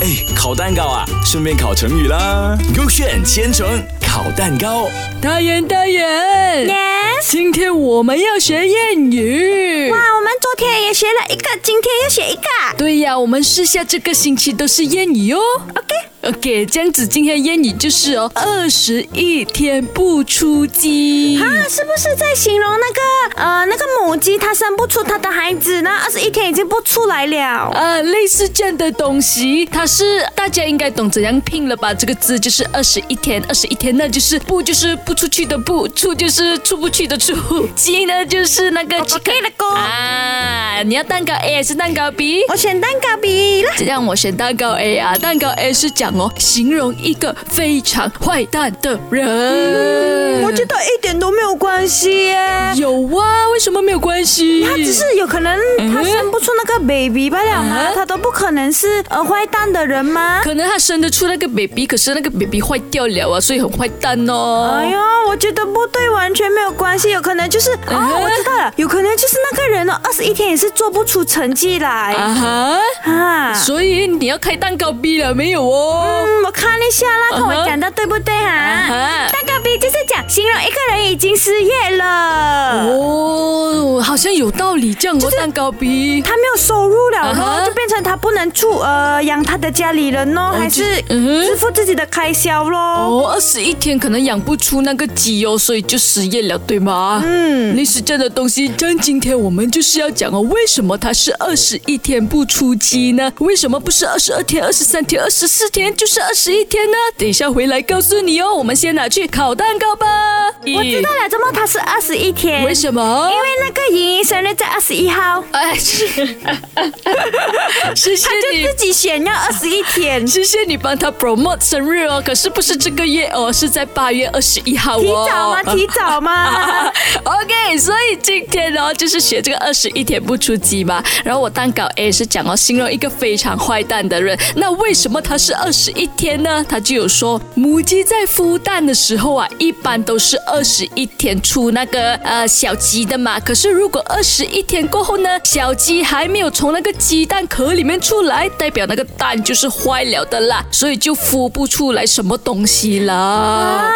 哎，烤蛋糕啊，顺便烤成语啦。勾选千层烤蛋糕，大人，大人 Yes，今天我们要学谚语。哇，我们昨天也学了一个，今天又学一个啊。对呀，我们试下这个星期都是谚语哦。 OK， OK，这样子今天的谚语就是哦，二十一天不出击。啊，是不是在形容那个呃那个母鸡它生不出它的孩子，那二十一天已经不出来了？呃，类似这样的东西，它是大家应该懂怎样拼了吧？这个字就是二十一天，二十一天呢就是不就是不出去的不，出就是出不去的出，鸡呢就是哦那个我可以了哥啊，你要蛋糕 A 还是蛋糕 B？我选蛋糕比啦。这让我选蛋糕 A 啊，蛋糕 A 是讲哦，形容一个非常坏蛋的人。我觉得一点都没有关系耶，有啊，为什么没有关系？他只是嗯有可能他生不出那个 baby 罢了嘛，嗯他都不可能是呃坏蛋的人吗？可能他生得出那个 baby，可是那个 baby 坏掉了啊，所以很坏蛋哦。哎呦，我觉得不对，完全没有关系，有可能就是嗯哦，我知道了，有可能就是那个人哦，二十一天也是做不出成绩来啊哈！啊。所以你要开蛋糕 B 了没有哦？嗯，我看一下啦，嗯哼看我讲的对不对啊哈？哈！蛋糕 B 就是讲形容一个人已经失业了，哦，好像有道理，这样哦，蛋糕 B。他没有收入了，嗯然哼后就变成他不能住呃养他的家里人哦，还就是是嗯哼支付自己的开销咯。哦，二十一天可能养不出那个鸡哦，所以就失业了，对吗？嗯，类似这样的东西，但今天我们就是要讲哦，为什么它是二十一天不出鸡呢？为什么不是二十二天、二十三天、二十四天，就是二十一天呢？等一下回来告诉你哦，我们先拿去烤蛋糕吧。我知道了，怎么他是二十一天？为什么？因为那个莹莹生日在二十一号， 哎，是，谢谢他就你自。己选要二十一天。谢谢你帮他 promote 生日哦，可是不是这个月哦，是在八月二十一号哦。提早吗？提 早吗？啊 OK，所以今天呢，就是学这个二十一天不出击嘛。然后我蛋糕 A 是讲哦，形容一个非常坏蛋的人。那为什么他是二十一天呢？他就有说，母鸡在孵蛋的时候啊，一般都是二十一天出那个呃小鸡的嘛。可是如果二十一天过后呢，小鸡还没有从那个鸡蛋壳里面出来，代表那个蛋就是坏了的啦，所以就孵不出来什么东西啦。啊，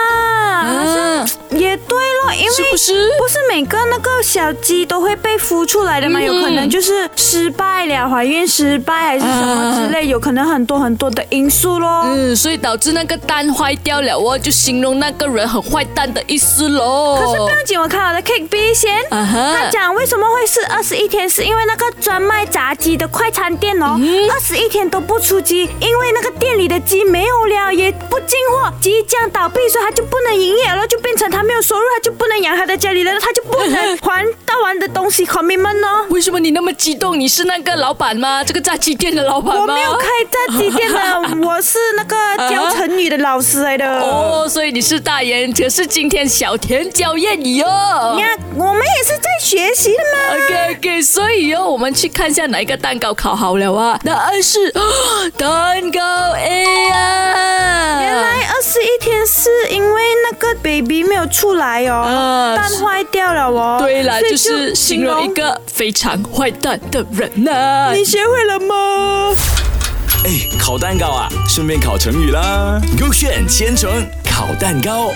好像啊，也对咯，因为是不是？不是每个那个小鸡都会被孵出来的嘛，嗯有可能就是失败了，怀孕失败还是什么之类，有可能很多很多的因素咯。嗯，所以导致那个蛋坏掉了哦，就形容那个人很坏蛋的意思喽。可是不用紧，我看我的 Cake B 先。啊他哈，讲为什么会是二十一天，是因为那个专卖炸鸡的快餐店哦，嗯二十一天都不出鸡，因为那个店里的鸡没有了，也不进货，即将倒闭，所以他就不能营业了，就变成他没有收入，他就不能养他的家里人，他就不能还到完的东西 commitment 哦。为什么你那么激动？你是那个老板吗？这个炸鸡店的老板吗？我没有开炸鸡店的，我是那个教成语的老师来的。 哦，所以你是大人，可是今天小田教验你哦你。看，我们也是在学习的嘛。 OK OK，所以哦，我们去看一下哪一个蛋糕烤好了啊？答案是 蛋糕 A 啊。原来二十一天是因为那个 baby 没有出来哦，啊蛋坏掉了哦。对啦，所以就是形容一。个非常坏蛋的人啊呐、你学会了吗？哎，烤蛋糕啊，顺便烤成语啦。勾选千层烤蛋糕。